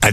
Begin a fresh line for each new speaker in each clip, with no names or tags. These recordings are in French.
À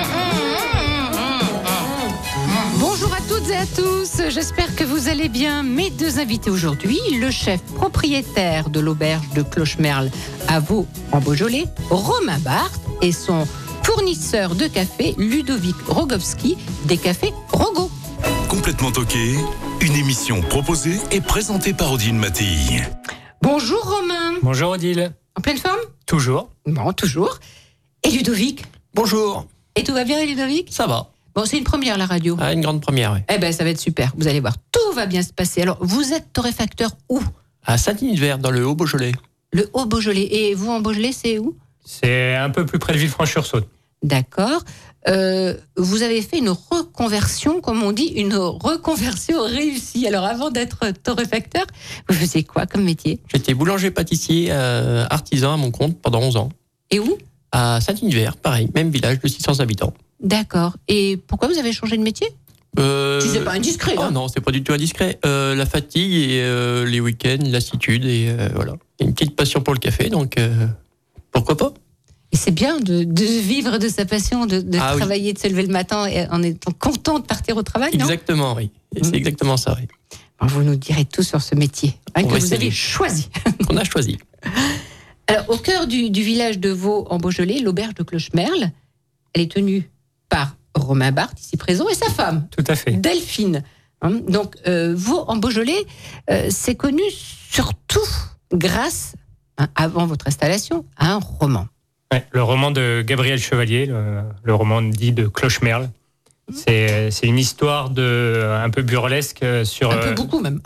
Bonjour à toutes et à tous, j'espère que vous allez bien. Mes deux invités aujourd'hui, le chef propriétaire de l'auberge de Clochemerle à Vaux en Beaujolais, Romain Barthes, et son fournisseur de café, Ludovic Rogowski, des cafés Rogo.
Complètement toqué, une émission proposée et présentée par Odile Mattei.
Bonjour Romain,
Bonjour Odile.
en pleine forme
Toujours.
Bon, toujours. Et Ludovic
Bonjour.
Et tout va bien Ludovic
Ça va.
Bon, c'est une première la radio.
Ah, une grande première, oui.
Eh ben, ça va être super, vous allez voir, tout va bien se passer. Alors, vous êtes torréfacteur où
À Saint-Univers, dans le Haut-Beaujolais.
Le Haut-Beaujolais. Et vous, en Beaujolais, c'est où
C'est un peu plus près de Villefranche-sur-Saône.
D'accord. Euh, vous avez fait une reconversion, comme on dit, une reconversion réussie. Alors avant d'être torréfacteur, vous faisiez quoi comme métier
J'étais boulanger-pâtissier euh, artisan à mon compte pendant 11 ans.
Et où
À Saint-Univers, pareil, même village de 600 habitants.
D'accord. Et pourquoi vous avez changé de métier
Euh,
Si c'est pas indiscret.
Oh
hein.
non, c'est pas du tout indiscret. Euh, la fatigue et euh, les week-ends, lassitude et euh, voilà. Et Une petite passion pour le café, donc euh, pourquoi pas
Et c'est bien de, de vivre de sa passion, de, de
Ah oui.
travailler, de se lever le matin et- en étant content de partir au travail, non
Exactement, oui. Et C'est
Mm.
exactement ça, oui.
Alors, Vous nous direz tout sur ce métier hein,
On
que
va
vous
essayer.
avez choisi.
Qu'on a choisi.
Alors, au cœur du, du village de Vaux en Beaujolais, l'auberge de Clochemerle, elle est tenue par Romain Barthes, ici présent, et sa femme,
Tout à fait.
Delphine. hein. Donc, euh, Vaux en Beaujolais, euh, c'est connu surtout grâce, hein, avant votre installation, à un roman.
Ouais, le roman de Gabriel Chevalier, le, le roman dit de Clochemerle. C'est c'est une histoire de, un peu burlesque euh, sur,
Un peu
euh,
beaucoup même.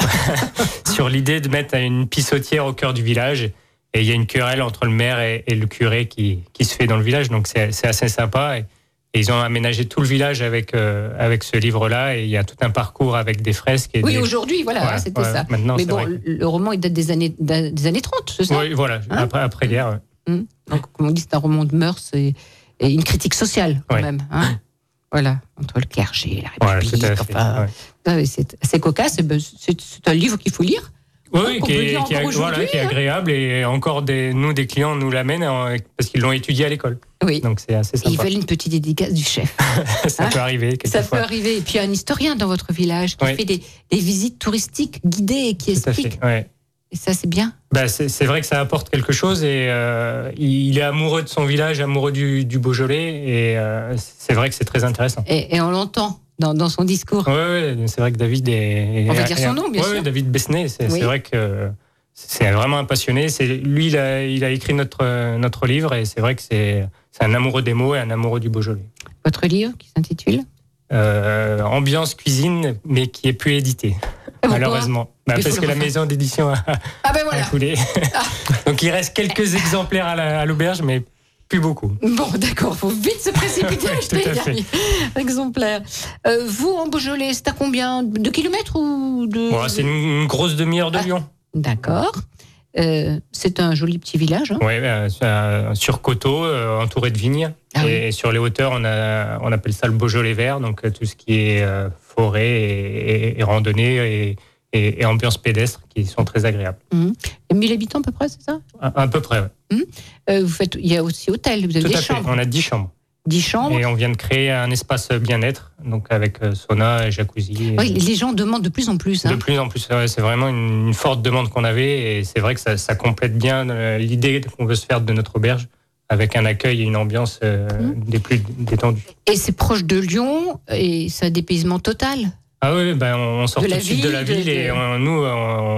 sur l'idée de mettre une pissotière au cœur du village. Et il y a une querelle entre le maire et, et le curé qui, qui se fait dans le village. Donc c'est c'est assez sympa. Et, et ils ont aménagé tout le village avec, euh, avec ce livre-là. Et il y a tout un parcours avec des fresques. Et
Oui,
des-
aujourd'hui, voilà,
Ouais,
hein, c'était
ouais,
ça.
Maintenant,
Mais
c'est
bon,
vrai.
le le roman, il date des années, da- des années 30, c'est ça
Oui, voilà,
Hein
après, après guerre.
Donc, comme on dit, c'est un roman de mœurs et, et une critique sociale, quand
Ouais.
même. hein. voilà, entre le clergé, la
Voilà,
République,
tout à fait.
enfin,
ouais.
Ah oui, c'est c'est cocasse. eh ben, C'est c'est un livre qu'il faut lire.
Oui,
Hein,
oui,
qu'on
qui,
peut
est,
lire
qui est-
encore
voilà,
aujourd'hui,
qui est
hein.
agréable et encore des, nous des clients nous l'amènent en- parce qu'ils l'ont étudié à l'école.
Oui.
Donc c'est assez
Et ils
sympa.
veulent une petite dédicace du chef.
ça peut arriver
Ça peut
quelquefois.
arriver. Et puis, il y a un historien dans votre village qui
Oui.
fait des, des visites touristiques guidées et qui
Tout à
explique.
fait. ouais.
Et ça, c'est bien.
Bah, c'est c'est vrai que ça apporte quelque chose et euh, il est amoureux de son village, amoureux du, du Beaujolais et euh, c'est vrai que c'est très intéressant.
Et, et on l'entend dans, dans son discours.
Ouais, ouais, c'est vrai que David est.
On va
est-
dire son
est-
nom, bien
ouais,
sûr.
ouais, David Besnay, c'est
Oui.
c'est vrai que c'est vraiment un passionné. C'est lui, il a, il a écrit notre notre livre et c'est vrai que c'est c'est un amoureux des mots et un amoureux du Beaujolais.
Votre livre qui s'intitule
Euh, ambiance cuisine, mais qui est plus édité,
Ah, pourquoi
malheureusement. Bah,
Il faut
parce
le
que la
refaire.
maison d'édition a,
Ah ben
a
voilà.
coulé. Donc il reste quelques exemplaires à la- à l'auberge, mais plus beaucoup.
Bon, d'accord, faut vite se précipiter
Ouais,
acheter
tout à
les
fait.
derniers exemplaires. Euh, vous, en Beaujolais, c'est à combien De kilomètres ou de.
Bon, c'est une, une grosse demi-heure de
Ah.
Lyon.
D'accord. Euh, c'est un joli petit village. hein.
Ouais, bah, c'est, euh, sur coteau, euh, entouré de vignes.
Ah oui.
et, sur les hauteurs, on, a, on appelle ça le Beaujolais vert, donc euh, tout ce qui est euh, forêt et, et- et randonnée et, et- et ambiance pédestre qui sont très agréables.
1000 habitants à peu près, c'est ça
À, à peu près, ouais.
Euh, vous faites, Il y a aussi hôtel, vous avez
tout
des
à fait.
chambres.
On a 10 chambres.
10 chambres.
Et on vient de créer un espace bien-être, donc avec euh, sauna et jacuzzi. Et
Oui, les gens demandent de plus en plus. hein.
de plus en plus, ouais, c'est vraiment une, une forte demande qu'on avait et c'est vrai que ça, ça complète bien euh, l'idée qu'on veut se faire de notre auberge avec un accueil et une ambiance euh,
Mhm.
des plus détendues.
Et c'est proche de Lyon et c'est un dépaysement total.
Ah oui, ben on, on sort
De
tout
la
de suite de
ville,
la
de-
ville et
de-
on- nous, on-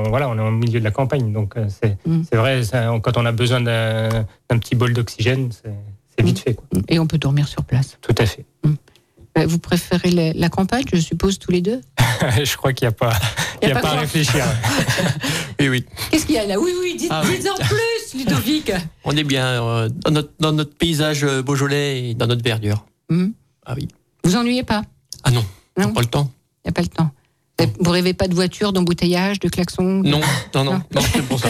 on- voilà, on est au milieu de la campagne, donc euh, c'est
Mhm.
c'est vrai, ça, on- quand on a besoin d'un d'un petit bol d'oxygène, c'est c'est
Mmh.
vite fait, quoi.
Et on peut dormir sur place.
tout à fait.
Euh, Vous préférez la, la campagne, je suppose, tous les deux
Je crois qu'il n'y a pas,
Il y a
il y
pas
a pas
quoi.
à réfléchir.
Oui, oui.
Qu'est-ce qu'il y a là Oui, oui, dites,
Ah oui.
dites en plus, Ludovic.
On est bien euh, dans, notre, dans notre paysage euh, beaujolais et dans notre verdure.
Hmm.
Ah oui.
Vous ennuyez pas
Ah non,
Non.
pas le temps.
Il n'y a pas le temps. Vous rêvez pas de voiture, d'embouteillage, de klaxon
Non, non, non,
Non.
non, c'est pour ça.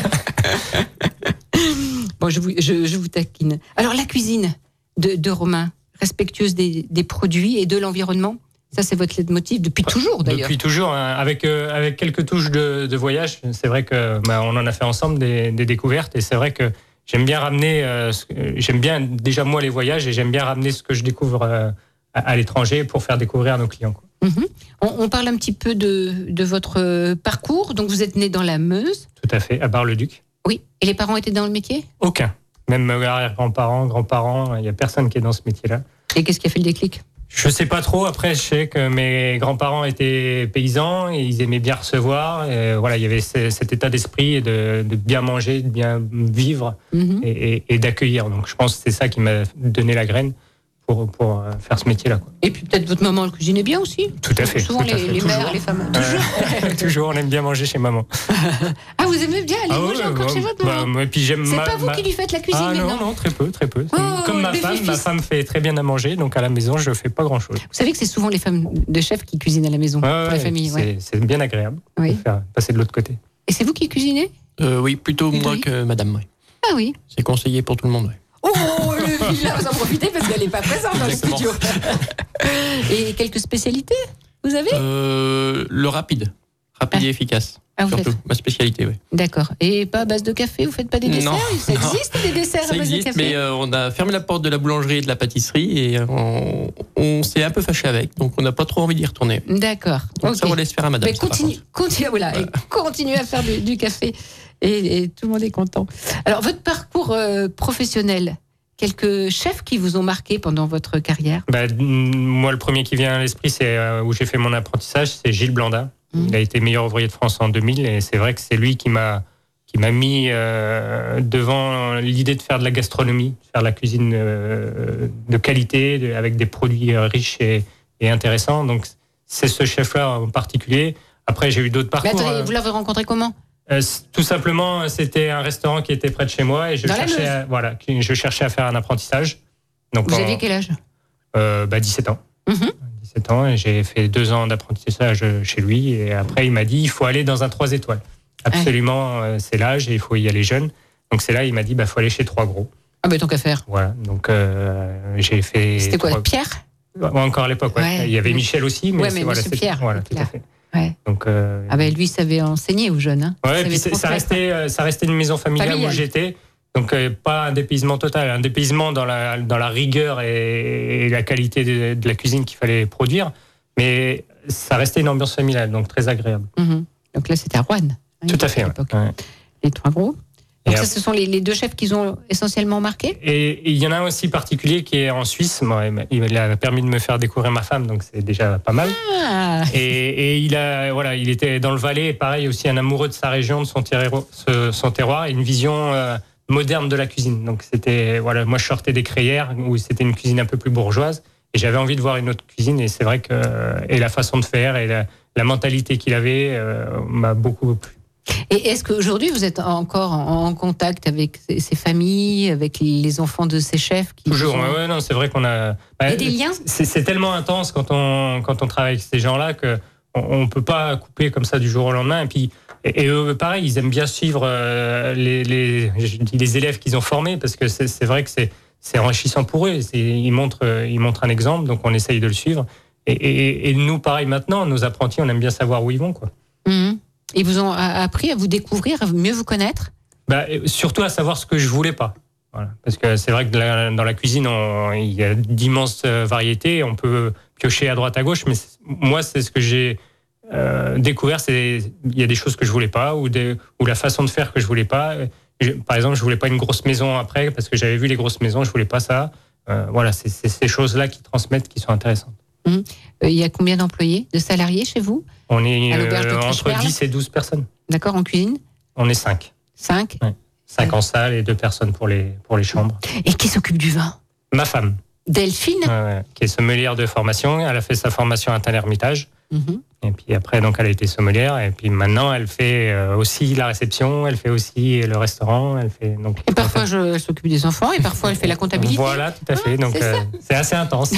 Bon, je vous, je, je vous taquine. Alors, la cuisine de, de Romain, respectueuse des, des produits et de l'environnement, ça, c'est votre leitmotiv Bah, depuis toujours, d'ailleurs.
Depuis toujours, hein, avec, euh, avec quelques touches de, de voyage, c'est vrai que bah, on en a fait ensemble des, des découvertes et c'est vrai que j'aime bien ramener, euh, ce que- j'aime bien déjà moi les voyages et j'aime bien ramener ce que je découvre euh, à, à l'étranger pour faire découvrir à nos clients. quoi.
Mhm. on, on parle un petit peu de, de votre euh, parcours. Donc, vous êtes né dans la Meuse.
Tout à fait, à Bar-le-Duc.
Oui. Et les parents étaient dans le métier
Aucun. Même euh, arrière-grands-parents, grands-parents, il n'y a personne qui est dans ce métier-là.
Et qu'est-ce qui a fait le déclic
Je sais pas trop. Après, je sais que mes grands-parents étaient paysans et ils aimaient bien recevoir. Et voilà, il y avait ce- cet état d'esprit et de, de bien manger, de bien vivre
Mhm.
et, et- et d'accueillir. Donc, je pense que c'est ça qui m'a donné la graine pour, pour euh, faire ce métier-là. quoi.
Et puis, peut-être votre maman le cuisinait bien aussi
Tout à fait.
Souvent,
tout à
les,
fait.
les
toujours,
mères, les femmes.
Euh, toujours, on aime bien manger chez maman.
Ah, vous aimez bien aller manger
ouais,
encore
ouais,
chez votre
bah,
maman
moi, et puis j'aime
C'est
ma-
pas vous
ma-
qui lui faites la cuisine
ah non,
maintenant.
non, très peu, très peu.
Oh,
Comme ma
les
femme, ma
fils.
femme fait très bien à manger, donc à la maison, je fais pas grand-chose.
Vous savez que c'est souvent les femmes de chef qui cuisinent à la maison
Ouais,
pour la
ouais,
famille.
c'est-
ouais.
C'est bien agréable de
Oui.
faire passer de l'autre côté.
Et c'est vous qui cuisinez
Euh, oui, plutôt
Et
moi
lui
que madame. ouais.
Ah oui.
C'est conseillé pour tout le monde. ouais.
Oh, le vilain, vous en profitez parce qu'elle n'est pas présente dans le
Exactement.
studio. Et quelques spécialités Vous avez
Euh, le rapide. Rapide
Ah.
et efficace.
Ah, vous
surtout.
faites.
Ma spécialité, oui.
D'accord. Et pas à base de café Vous faites pas des desserts
Non,
Ça
non.
existe des desserts
Ça
à base de
existe,
café
mais euh, on a fermé la porte de la boulangerie et de la pâtisserie et euh, on, on s'est un peu fâché avec, donc on n'a pas trop envie d'y retourner.
euh,
D'accord.
Donc ça,
Ok.
on laisse faire à madame.
Mais
ça, par
continue,
contre.
continue, voilà, et continue à faire du, du café et, et tout le monde est content. Alors, votre parcours euh, professionnel, quelques chefs qui vous ont marqué pendant votre carrière
Bah, n- moi, le premier qui vient à l'esprit, c'est euh, où j'ai fait mon apprentissage, c'est Gilles Blandin.
Mhm.
Il a été meilleur ouvrier de France en 2000 et c'est vrai que c'est lui qui m'a qui m'a mis euh, devant l'idée de faire de la gastronomie, de faire de la cuisine euh, de qualité, de- avec des produits euh, riches et, et intéressants. Donc c'est ce chef-là en particulier. Après, j'ai eu d'autres
Mais
parcours.
attendez,
euh,
vous l'avez rencontré comment
euh, c- tout simplement, c'était un restaurant qui était près de chez moi et je
Dans la
cherchais
Meuse.
à, voilà, qui- je cherchais à faire un apprentissage. Donc
Vous
en-
aviez quel âge
euh, bah, 17 ans.
Mhm.
17 ans, et j'ai fait deux ans d'apprentissage euh, chez lui. Et après, il m'a dit il faut aller dans un 3 étoiles. Absolument, euh, c'est l'âge et il faut y aller jeune. Donc, c'est là, il m'a dit bah, faut aller chez 3 gros.
Ah, mais tant qu'à faire.
Voilà. Donc, euh, j'ai fait.
C'était quoi,
Trois-
Pierre
Ouais, Encore à l'époque, ouais.
Ouais.
Il y avait
Ouais.
Michel aussi, mais
Ouais,
c'est-
mais
voilà,
Monsieur
c'est-
Pierre,
Voilà,
c'est
tout à
clair.
fait.
Ouais.
Donc, euh,
Ah, ben lui, il savait enseigner aux jeunes. Hein. Il
Ouais, et
savait
puis c'est-
trop
ça
faire.
restait, euh, ça restait une maison familiale,
Familiale.
où j'étais. Donc, euh, pas un dépaysement total, un dépaysement dans la, dans la rigueur et, et la qualité de, de la cuisine qu'il fallait produire. Mais ça restait une ambiance familiale, donc très agréable.
Mhm. Donc là, c'était à Rouen. hein,
Tout à fait. ouais.
l'époque.
Ouais.
Les trois gros.
Et
Donc, ça,
après-
ce sont les, les deux chefs qui ont essentiellement marqué
Et et il y en a un aussi particulier qui est en Suisse. Moi, il m'a- il a permis de me faire découvrir ma femme, donc c'est déjà pas mal.
Ah,
Et, et il a, voilà, il était dans le Valais, et pareil aussi un amoureux de sa région, de son terroir, ce- son terroir et une vision euh, moderne de la cuisine. Donc c'était, voilà, moi je sortais des crayères où c'était une cuisine un peu plus bourgeoise, et j'avais envie de voir une autre cuisine. Et c'est vrai que euh, et la façon de faire et la, la mentalité qu'il avait euh, m'a beaucoup plu.
Et est-ce qu'aujourd'hui, vous êtes encore en en contact avec ces ces familles, avec les enfants de ces chefs qui
Toujours,
sont-
ouais, ouais, non, c'est vrai qu'on a. bah,
hein.
Euh,
Il y a des liens
c'est, c'est tellement intense quand on, quand on travaille avec ces gens-là que on ne peut pas couper comme ça du jour au lendemain. Et puis, et, et eux, pareil, ils aiment bien suivre euh, les, les, je dis les élèves qu'ils ont formés parce que c'est, c'est vrai que c'est, c'est enrichissant pour eux. C'est, ils, montrent, euh, ils montrent un exemple, donc on essaye de le suivre. Et, et- et nous, pareil, maintenant, nos apprentis, on aime bien savoir où ils vont. Quoi.
Mhm. Ils vous ont a- appris à vous découvrir, à mieux vous connaître
Bah, euh, surtout à savoir ce que je voulais pas. Voilà. Parce que c'est vrai que de la- dans la cuisine, on- il y a d'immenses euh, variétés. On peut piocher à droite, à gauche. Mais c'est- moi, c'est ce que j'ai euh, découvert. C'est il y a des choses que je voulais pas ou, des, ou la façon de faire que je voulais pas. Je- par exemple, je voulais pas une grosse maison après parce que j'avais vu les grosses maisons. Je voulais pas ça. Euh, voilà, c'est c'est ces choses-là qui transmettent, qui sont intéressantes.
Euh, Il y a combien d'employés, de salariés chez vous
On est
À l'auberge de
euh, entre
Clocheperle
10 et 12 personnes.
D'accord, en cuisine
On est 5.
Cinq.
5 en salle et 2 personnes pour les, pour les chambres.
Et qui s'occupe du vin
Ma femme.
Delphine
Ouais, ouais, qui est sommelière de formation. Elle a fait sa formation à Talermitage.
Mhm.
Et puis après, donc, elle a été sommelière. Et puis maintenant, elle fait euh, aussi la réception, elle fait aussi le restaurant. Elle fait, donc,
Et parfois, je, elle s'occupe des enfants et parfois, elle fait la comptabilité. Ah,
euh, Voilà, tout à fait. Donc,
c'est ça.
euh, c'est assez intense.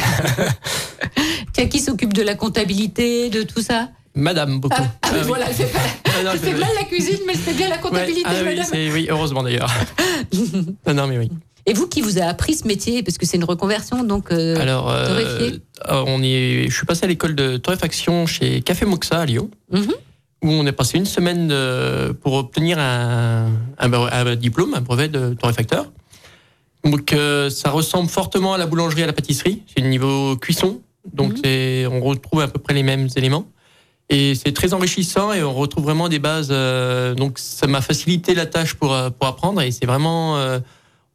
Il y a qui s'occupe de la comptabilité, de tout ça
Madame, beaucoup.
Ah, ah,
Ah
mais
oui.
voilà, elle fait, pas-
Ah, non,
elle
je-
fait mal la cuisine, mais elle fait bien la
Ouais,
comptabilité,
ah oui,
madame.
c'est- oui, heureusement d'ailleurs. Ah, non, non, mais oui.
Et vous, qui vous a appris ce métier Parce que c'est une reconversion, donc. euh,
Alors, euh,
torréfié.
euh, on est, je suis passé à l'école de torréfaction chez Café Moxa à Lyon,
Mhm.
où on est passé une semaine euh, pour obtenir un, un bre- un diplôme, un brevet de torréfacteur. Donc, euh, ça ressemble fortement à la boulangerie, à la pâtisserie. C'est le niveau cuisson, donc
Mhm.
c'est- on retrouve à peu près les mêmes éléments. Et c'est très enrichissant et on retrouve vraiment des bases. euh, donc, ça m'a facilité la tâche pour, euh, pour apprendre et c'est vraiment. euh,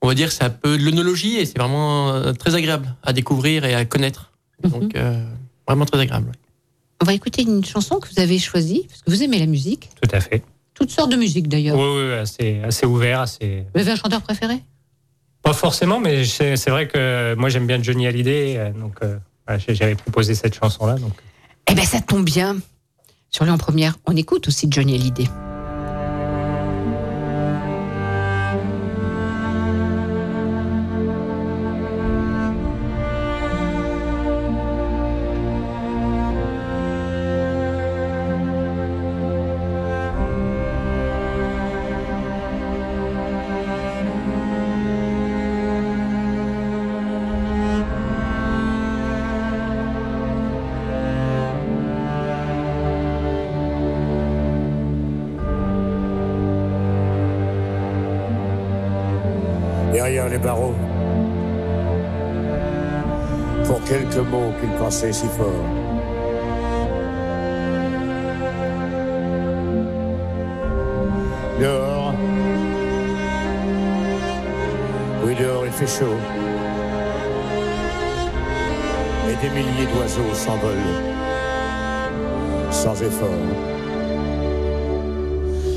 on va dire, c'est un peu de l'œnologie et c'est vraiment euh, très agréable à découvrir et à connaître.
Mhm.
Donc, euh, vraiment très agréable. ouais.
On va écouter une chanson que vous avez choisie, parce que vous aimez la musique.
Tout à fait.
Toutes sortes de musique,
Oui,
d'ailleurs.
oui, assez, assez ouvert, assez.
Vous avez un chanteur préféré
Pas forcément, mais c'est c'est vrai que moi j'aime bien Johnny Hallyday, euh, donc euh, voilà, j'ai- j'avais proposé cette chanson-là. Donc.
Eh ben, ça tombe bien. Sur Lyon Première, on écoute aussi Johnny Hallyday.
derrière les barreaux. Pour quelques mots qu'il pensait si fort. Dehors. Oui, dehors, il fait chaud. Et des milliers d'oiseaux s'envolent sans effort.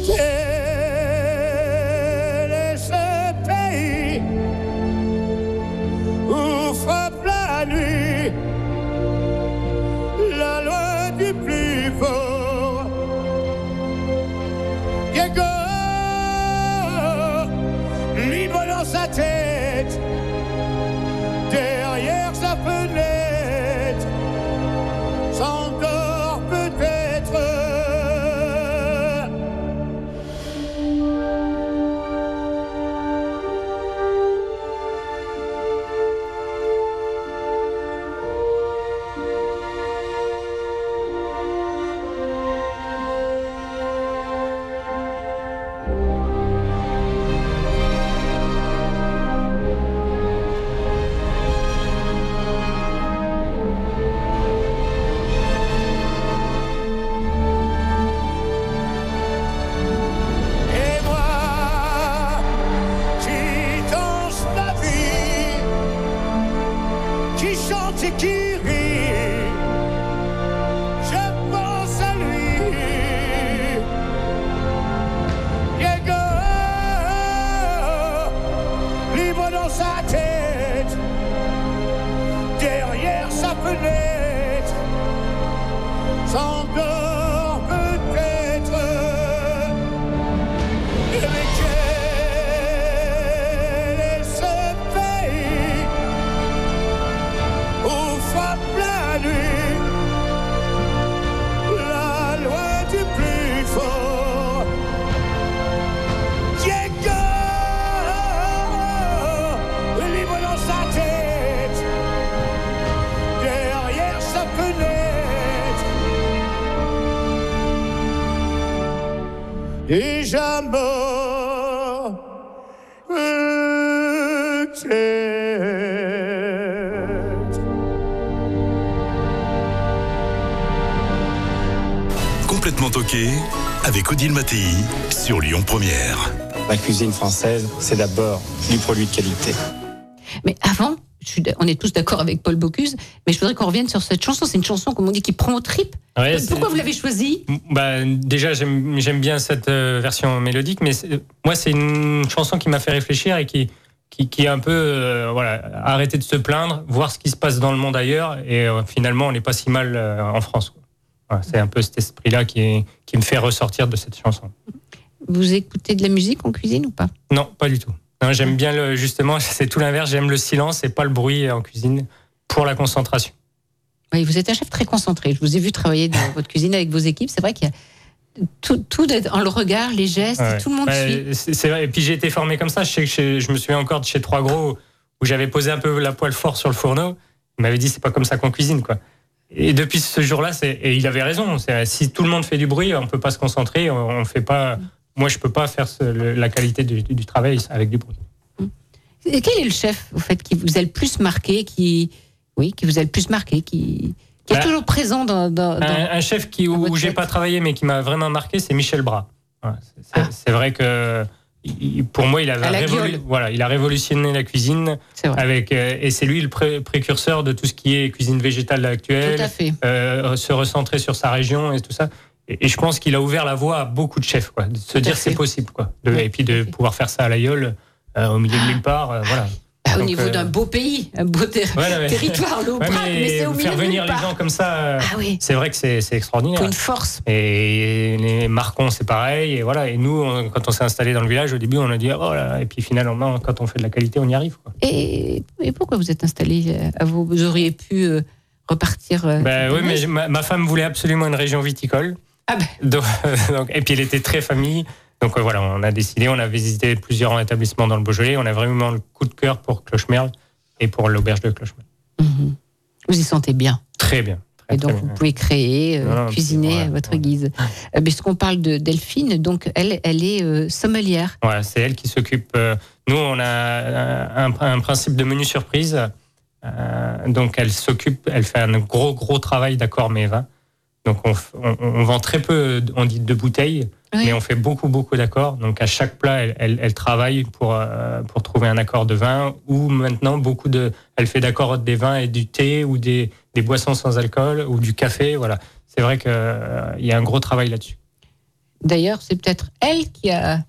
Quel est ce pays où frappe la nuit la loi du plus fort Gégor, libre dans sa tête, derrière sa fenêtre, s'endort peut-être. Et moi, qui danse ma vie, qui chante et qui rit, je pense à lui. Diego, libre dans sa tête, derrière sa fenêtre, s'endort peut-être. Mais quel est ce pays où frappe la nuit la loi du plus fort Diego, libre dans sa tête, derrière sa fenêtre déjà mort. e Peut-être.
Complètement toqué avec Odile Mattei sur Lyon Première.
La cuisine française, c'est d'abord du produit de qualité.
Mais avant, je suis d- on est tous d'accord avec Paul Bocuse, mais je voudrais qu'on revienne sur cette chanson. C'est une chanson, comme on dit, qui prend aux tripes.
Ouais, Eh, c'est-
Pourquoi vous l'avez choisie
M- bah, Déjà, j'aime j'aime bien cette euh, version mélodique, mais c'est- moi, c'est une chanson qui m'a fait réfléchir et qui, qui, qui est un peu euh, voilà, arrêter de se plaindre, voir ce qui se passe dans le monde ailleurs, et euh, finalement, on n'est pas si mal euh, en France. quoi. Voilà, c'est un peu cet esprit-là qui, est- qui me fait ressortir de cette chanson.
Vous écoutez de la musique en cuisine ou pas
Non, pas du tout. Non, J'aime bien, le, justement, c'est tout l'inverse, j'aime le silence et pas le bruit en cuisine pour la concentration.
Oui, vous êtes un chef très concentré. Je vous ai vu travailler dans votre cuisine avec vos équipes. C'est vrai qu'il y a tout, tout est en le regard, les gestes,
Ouais. Bah, euh,
tout le monde
Ouais,
suit.
c'est- c'est vrai. Et puis j'ai été formé comme ça. Je, sais que chez- je me souviens encore de chez Trois Gros où j'avais posé un peu la poêle fort sur le fourneau. Il m'avait dit c'est pas comme ça qu'on cuisine quoi. Et depuis ce jour-là, c'est- et il avait raison. C'est- Si tout le monde fait du bruit, on peut pas se concentrer. On, on fait pas. Moi, je peux pas faire ce- le- la qualité du, du travail avec du bruit.
Et quel est le chef, au fait, qui vous a le plus marqué, qui, oui, qui vous a le plus marqué, qui, qui est
Bah, euh,
toujours présent dans. dans- dans-
Un, un chef qui,
votre
où j'ai
tête.
pas travaillé mais qui m'a vraiment marqué, c'est Michel Bras. Voilà, c'est- c'est
Ah.
c'est vrai que il- il- pour moi, il avait
À la
révolu-
gueule.
voilà, il a révolutionné la cuisine.
C'est vrai.
avec euh, et c'est lui le pré- précurseur de tout ce qui est cuisine végétale
Tout à
actuelle,
fait.
euh, se recentrer sur sa région et tout ça. Et, et je pense qu'il a ouvert la voie à beaucoup de chefs, quoi, de se
à
dire
fait.
c'est possible, quoi, de,
Oui,
et puis
tout à
de
fait.
pouvoir faire ça à l'aïeul euh, au milieu de nulle part, euh, voilà.
Bah, au
donc,
niveau
euh,
d'un beau pays, un beau ter-
Ouais, non, mais-
Ah, territoire, le
Ouais,
Prade, mais, c'est au
vous
milieu
faire
de nulle
venir les
part.
gens comme ça, euh,
Ah oui,
c'est vrai que c'est c'est extraordinaire.
pour une force.
Et les Marcon, c'est pareil. Et voilà. Et nous, on- quand on s'est installé dans le village, au début, on a dit, oh là. Et puis finalement, quand on fait de la qualité, on y arrive. Quoi.
Et, et pourquoi vous êtes installé euh, à vous, vous auriez pu euh, repartir. euh,
Ben
dans
oui,
le
mais
Nord
je- ma, ma femme voulait absolument une région viticole.
Ah ben.
donc, euh, donc- et puis elle était très famille. Donc euh, voilà, on a décidé, on a visité plusieurs établissements dans le Beaujolais. On a vraiment le coup de cœur pour Clochemerle et pour l'auberge de Clochemerle.
Mhm. Vous y sentez bien.
Très bien. très,
Et donc,
très
vous
bien.
pouvez créer, euh,
Ah, puis
cuisiner
voilà,
à votre
ouais.
guise. Euh, Puisqu'on parle de Delphine, donc elle, elle est euh, sommelière.
Voilà, c'est elle qui s'occupe. euh, nous, on a euh, un, un principe de menu surprise. Euh, donc, elle s'occupe, elle fait un gros, gros travail d'accord mais vins. Donc, on, f- on- on vend très peu, on dit deux bouteilles,
Oui.
mais on fait beaucoup, beaucoup d'accords. Donc, à chaque plat, elle, elle- elle travaille pour, euh, pour trouver un accord de vin ou maintenant, beaucoup de. Elle fait d'accords des vins et du thé ou des, des boissons sans alcool ou du café. Voilà. C'est vrai qu'il y a un gros travail là-dessus.
D'ailleurs, c'est peut-être elle qui a,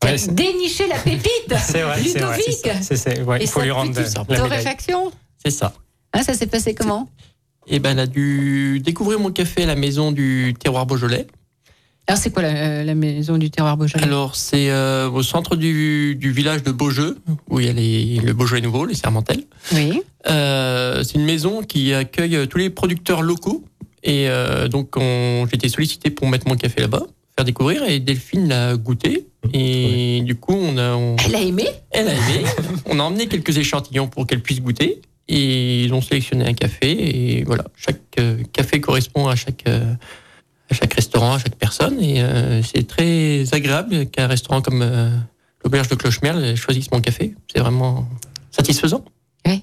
qui a
Ouais, c'est-
déniché la pépite.
C'est vrai, c'est vrai. c'est
Ludovic.
ça, c'est- c'est- ouais,
Et
il faut
sa
lui rendre
petite
la médaille.
torréfaction.
C'est ça.
Hein, ça s'est passé comment
Et ben, elle a dû découvrir mon café à la maison du terroir Beaujolais.
Alors, c'est quoi la, euh, la maison du terroir Beaujolais
Alors, c'est euh, au centre du, du village de Beaujeu, où il y a les- le Beaujolais Nouveau, les Sermentelles.
Oui.
Euh, c'est une maison qui accueille euh, tous les producteurs locaux. Et euh, donc, on- j'ai été sollicité pour mettre mon café là-bas, faire découvrir. Et Delphine l'a goûté. Et du coup, on a, on-
Elle a aimé
elle a aimé. on a emmené quelques échantillons pour qu'elle puisse goûter. Et ils ont sélectionné un café. Et voilà, chaque euh, café correspond à chaque, euh, à chaque restaurant, à chaque personne. Et euh, c'est très agréable qu'un restaurant comme euh, l'auberge de Clochemerle choisisse mon café. C'est vraiment satisfaisant.
Ouais.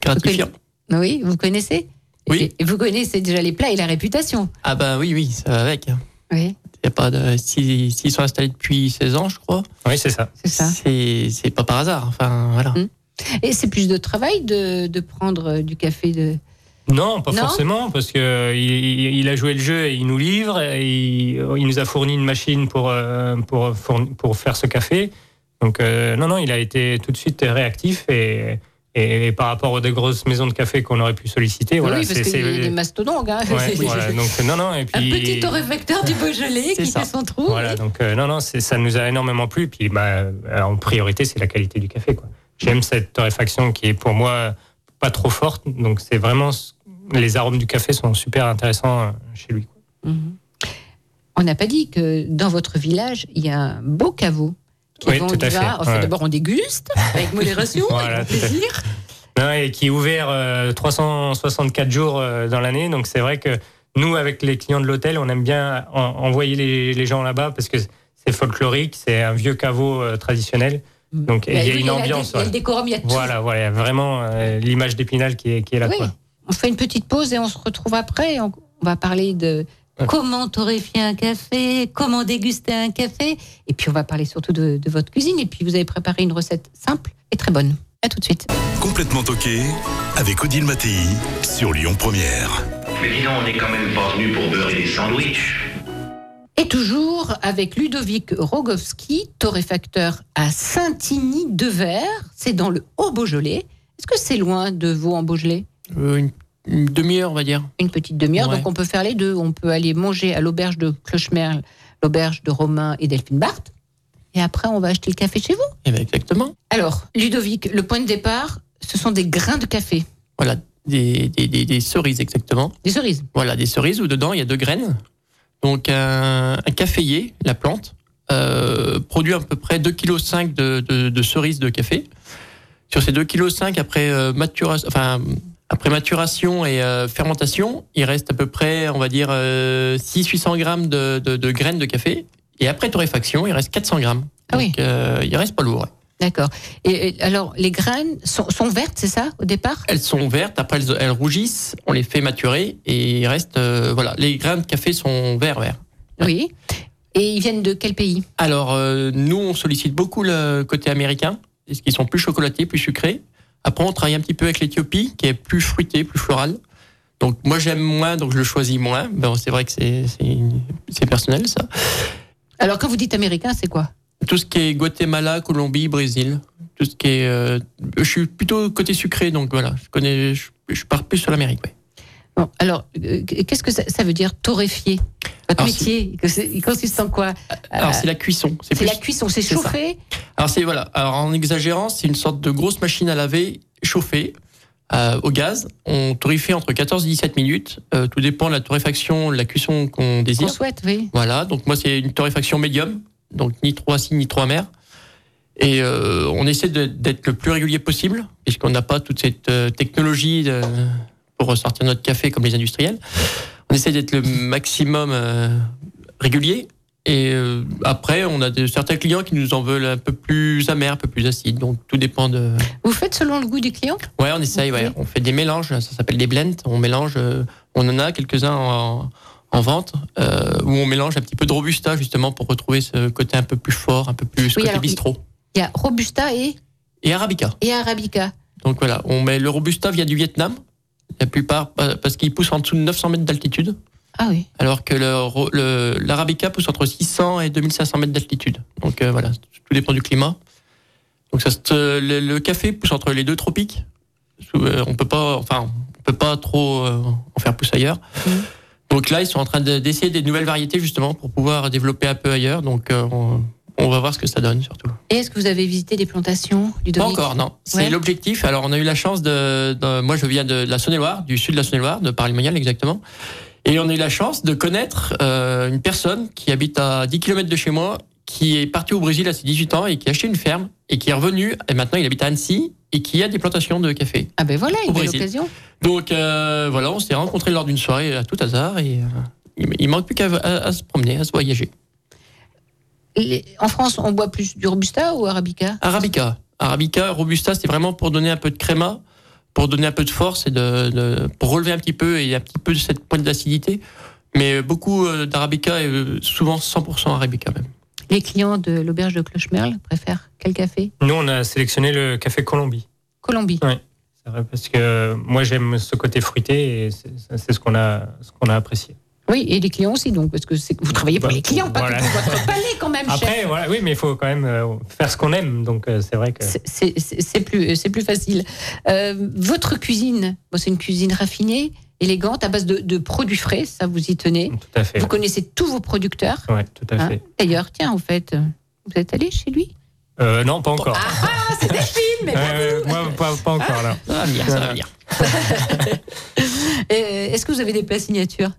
Gratifiant.
Oui, vous connaissez
Oui.
Et vous connaissez déjà les plats et la réputation.
Ah bah oui, oui, ça va avec.
Oui,
Y a pas de... si- S'ils sont installés depuis 16 ans, je crois,
Oui, c'est ça.
c'est ça.
c'est c'est pas par hasard. Enfin, voilà.
Et c'est plus de travail de, de prendre euh, du café de.
Non, pas
Non
forcément, parce que euh, il, il- il a joué le jeu et il nous livre. et il, il nous a fourni une machine pour euh, pour fourni- pour faire ce café. Donc euh, non, non, il a été tout de suite réactif et et, par rapport aux des grosses maisons de café qu'on aurait pu solliciter, voilà,
oui, parce
c'est-
qu'il y a
c'est-
des mastodontes. hein.
ouais, voilà, donc non, non, et
Un
puis
petit torréfacteur du Beaujolais
C'est
qui
ça.
fait son trou.
Voilà, donc euh, non, non, c'est- ça nous a énormément plu. Puis bah, euh, en priorité, c'est la qualité du café. quoi. J'aime cette torréfaction qui est pour moi pas trop forte. Donc c'est vraiment. ce- Les arômes du café sont super intéressants euh, chez lui. quoi.
Mhm. On n'a pas dit que dans votre village, il y a un beau caveau. qui
Oui,
vend
tout
du
à
vin.
fait,
Enfin,
ouais.
D'abord, on déguste avec modération,
Voilà,
avec
tout à fait.
plaisir.
Non, et qui est ouvert euh, 364 jours euh, dans l'année. Donc c'est vrai que nous, avec les clients de l'hôtel, on aime bien en- envoyer les, les gens là-bas parce que c'est folklorique, c'est un vieux caveau euh, traditionnel. Donc et
Bah,
il y a
oui,
une
la-
ambiance.
Il y a le
ouais.
décorum, il y a tout.
Voilà, voilà, il y a vraiment euh, l'image d'Épinal qui est, qui est là.
Oui.
quoi.
On fait une petite pause et on se retrouve après. On on va parler de
Ouais.
comment torréfier un café, comment déguster un café. Et puis, on va parler surtout de, de votre cuisine. Et puis, vous avez préparé une recette simple et très bonne. À tout de suite.
Complètement toqué avec Odile Mattei sur Lyon Première.
Mais dis donc, on n'est quand même pas venu pour beurrer des sandwichs.
Et toujours avec Ludovic Rogowski, torréfacteur à Saint-Igny-de-Vert. C'est dans le Haut-Beaujolais. Est-ce que c'est loin de vous en Beaujolais
Euh, une une demi-heure, on va dire.
une petite demi-heure.
Ouais.
Donc on peut faire les deux. On peut aller manger à l'auberge de Clochemerle, l'auberge de Romain et Delphine Barthes. Et après, on va acheter le café chez vous.
Eh ben, exactement.
Alors, Ludovic, le point de départ, ce sont des grains de café.
Voilà, des, des- des- des cerises exactement.
Des cerises.
Voilà, des cerises où dedans il y a deux graines. Donc un, un caféier, la plante, euh, produit à peu près 2,5 kg de, de, de cerises de café. Sur ces 2,5 kg, après, euh, matura- enfin, après maturation et euh, fermentation, il reste à peu près, on va dire, euh, 600-800 grammes de, de- de graines de café. Et après torréfaction, il reste 400 grammes.
Ah oui.
Donc euh, il reste pas lourd. ouais.
D'accord. Et, et alors, les graines sont, sont vertes, c'est ça, au départ
Elles sont vertes, après elles, elles rougissent, on les fait maturer et il reste, euh, voilà, les grains de café sont verts, verts.
Oui. Et ils viennent de quel pays
Alors, euh, nous, on sollicite beaucoup le côté américain, parce qu'ils sont plus chocolatés, plus sucrés. Après, on travaille un petit peu avec l'Éthiopie, qui est plus fruité, plus floral. Donc, moi, j'aime moins, donc je le choisis moins. Bon, c'est vrai que c'est- c'est c'est personnel, ça.
Alors, quand vous dites américain, c'est quoi
Tout ce qui est Guatemala, Colombie, Brésil, tout ce qui est... euh, je suis plutôt côté sucré, donc voilà, je connais... Je, je pars plus sur l'Amérique, ouais.
Bon, alors, euh, qu'est-ce que ça, ça veut dire torréfier Votre
Alors,
métier, que c'est- il consiste en quoi
Alors,
Euh,
c'est la cuisson.
C'est
plus-
la cuisson, c'est
c'est ça.
chauffé
Alors c'est voilà. Alors en exagérant, c'est une sorte de grosse machine à laver chauffée euh, au gaz. On torréfie entre 14 et 17 minutes. Euh, tout dépend de la torréfaction, de la cuisson qu'on
qu'on
désire.
souhaite, oui.
Voilà. Donc moi c'est une torréfaction médium, donc ni trop acide ni trop amer. Et euh, on essaie de- d'être le plus régulier possible, puisqu'on n'a pas toute cette euh, technologie de- pour ressortir notre café comme les industriels. On essaie d'être le maximum euh, régulier. Et euh, après, on a de, certains clients qui nous en veulent un peu plus amer, un peu plus acide. Donc tout dépend de.
Vous faites selon le goût du client
Ouais, on essaye. ouais.
Ok.
On fait des mélanges. Ça s'appelle des blends. On mélange. euh, on en a quelques-uns en, en vente euh, où on mélange un petit peu de robusta justement pour retrouver ce côté un peu plus fort, un peu plus ce
Oui,
côté
alors, il-
bistrot.
Il y a Robusta et,
Et arabica.
et Arabica.
Donc voilà, on met le robusta vient du Vietnam, la plupart pa- parce qu'il pousse en dessous de 900 mètres d'altitude,
Ah oui.
alors que le ro- le- l'arabica pousse entre 600 et 2500 mètres d'altitude. Donc euh, voilà, tout dépend du climat. Donc ça, se- le, le café pousse entre les deux tropiques. Sous- euh, On peut pas, enfin, on peut pas trop euh, en faire pousser ailleurs.
Mhm.
Donc là, ils sont en train de- d'essayer des nouvelles variétés justement pour pouvoir développer un peu ailleurs. Donc euh, on, on va voir ce que ça donne surtout.
Et est-ce que vous avez visité des plantations, du
Pas encore, non. C'est
Ouais.
l'objectif. Alors, on a eu la chance de, de- Moi, je viens de la Saône-et-Loire, du sud de la Saône-et-Loire, de Paris-Monial exactement. Et on a eu la chance de connaître euh, une personne qui habite à 10 km de chez moi, qui est partie au Brésil à ses 18 ans et qui a acheté une ferme et qui est revenu. Et maintenant, il habite à Annecy et qui a des plantations de café.
Ah ben voilà,
Au
une belle
Brésil.
occasion.
Donc, euh, voilà, on s'est rencontrés lors d'une soirée à tout hasard et euh, il, il manque plus qu'à à- à se promener, à se voyager.
Les- en France, on boit plus du Robusta ou Arabica
Arabica. Arabica, Robusta, c'est vraiment pour donner un peu de créma, pour donner un peu de force et de, de- pour relever un petit peu et un petit peu de cette pointe d'acidité. Mais beaucoup euh, d'Arabica, et euh, souvent 100% Arabica même.
Les clients de l'auberge de Clochemerle préfèrent quel café
Nous, on a sélectionné le café Colombie.
Colombie.
C'est vrai, parce que moi, j'aime ce côté fruité et c'est- c'est c'est ce qu'on a, ce qu'on a apprécié.
Oui, et les clients aussi, donc, parce que c'est- vous travaillez pour
Bah,
les clients, pas
voilà.
que pour votre palais quand même, chef.
Après, voilà, oui, mais il faut quand même euh, faire ce qu'on aime. Donc, euh, c'est vrai que.
C'est- c'est- C'est c'est plus, c'est plus facile. Euh, votre cuisine, bon, c'est une cuisine raffinée, élégante, à base de, de produits frais, ça vous y tenez.
Tout à fait.
Vous connaissez tous vos producteurs.
Ouais, Eh tout à
hein.
fait.
D'ailleurs, tiens, en fait, euh, vous êtes allé chez lui
Euh, non, pas encore.
Ah, c'est Delphine, mais pas
Euh,
vous
moi, pas, pas encore, là.
Ça va venir, ça va venir.
Euh, Est-ce que vous avez des plats signatures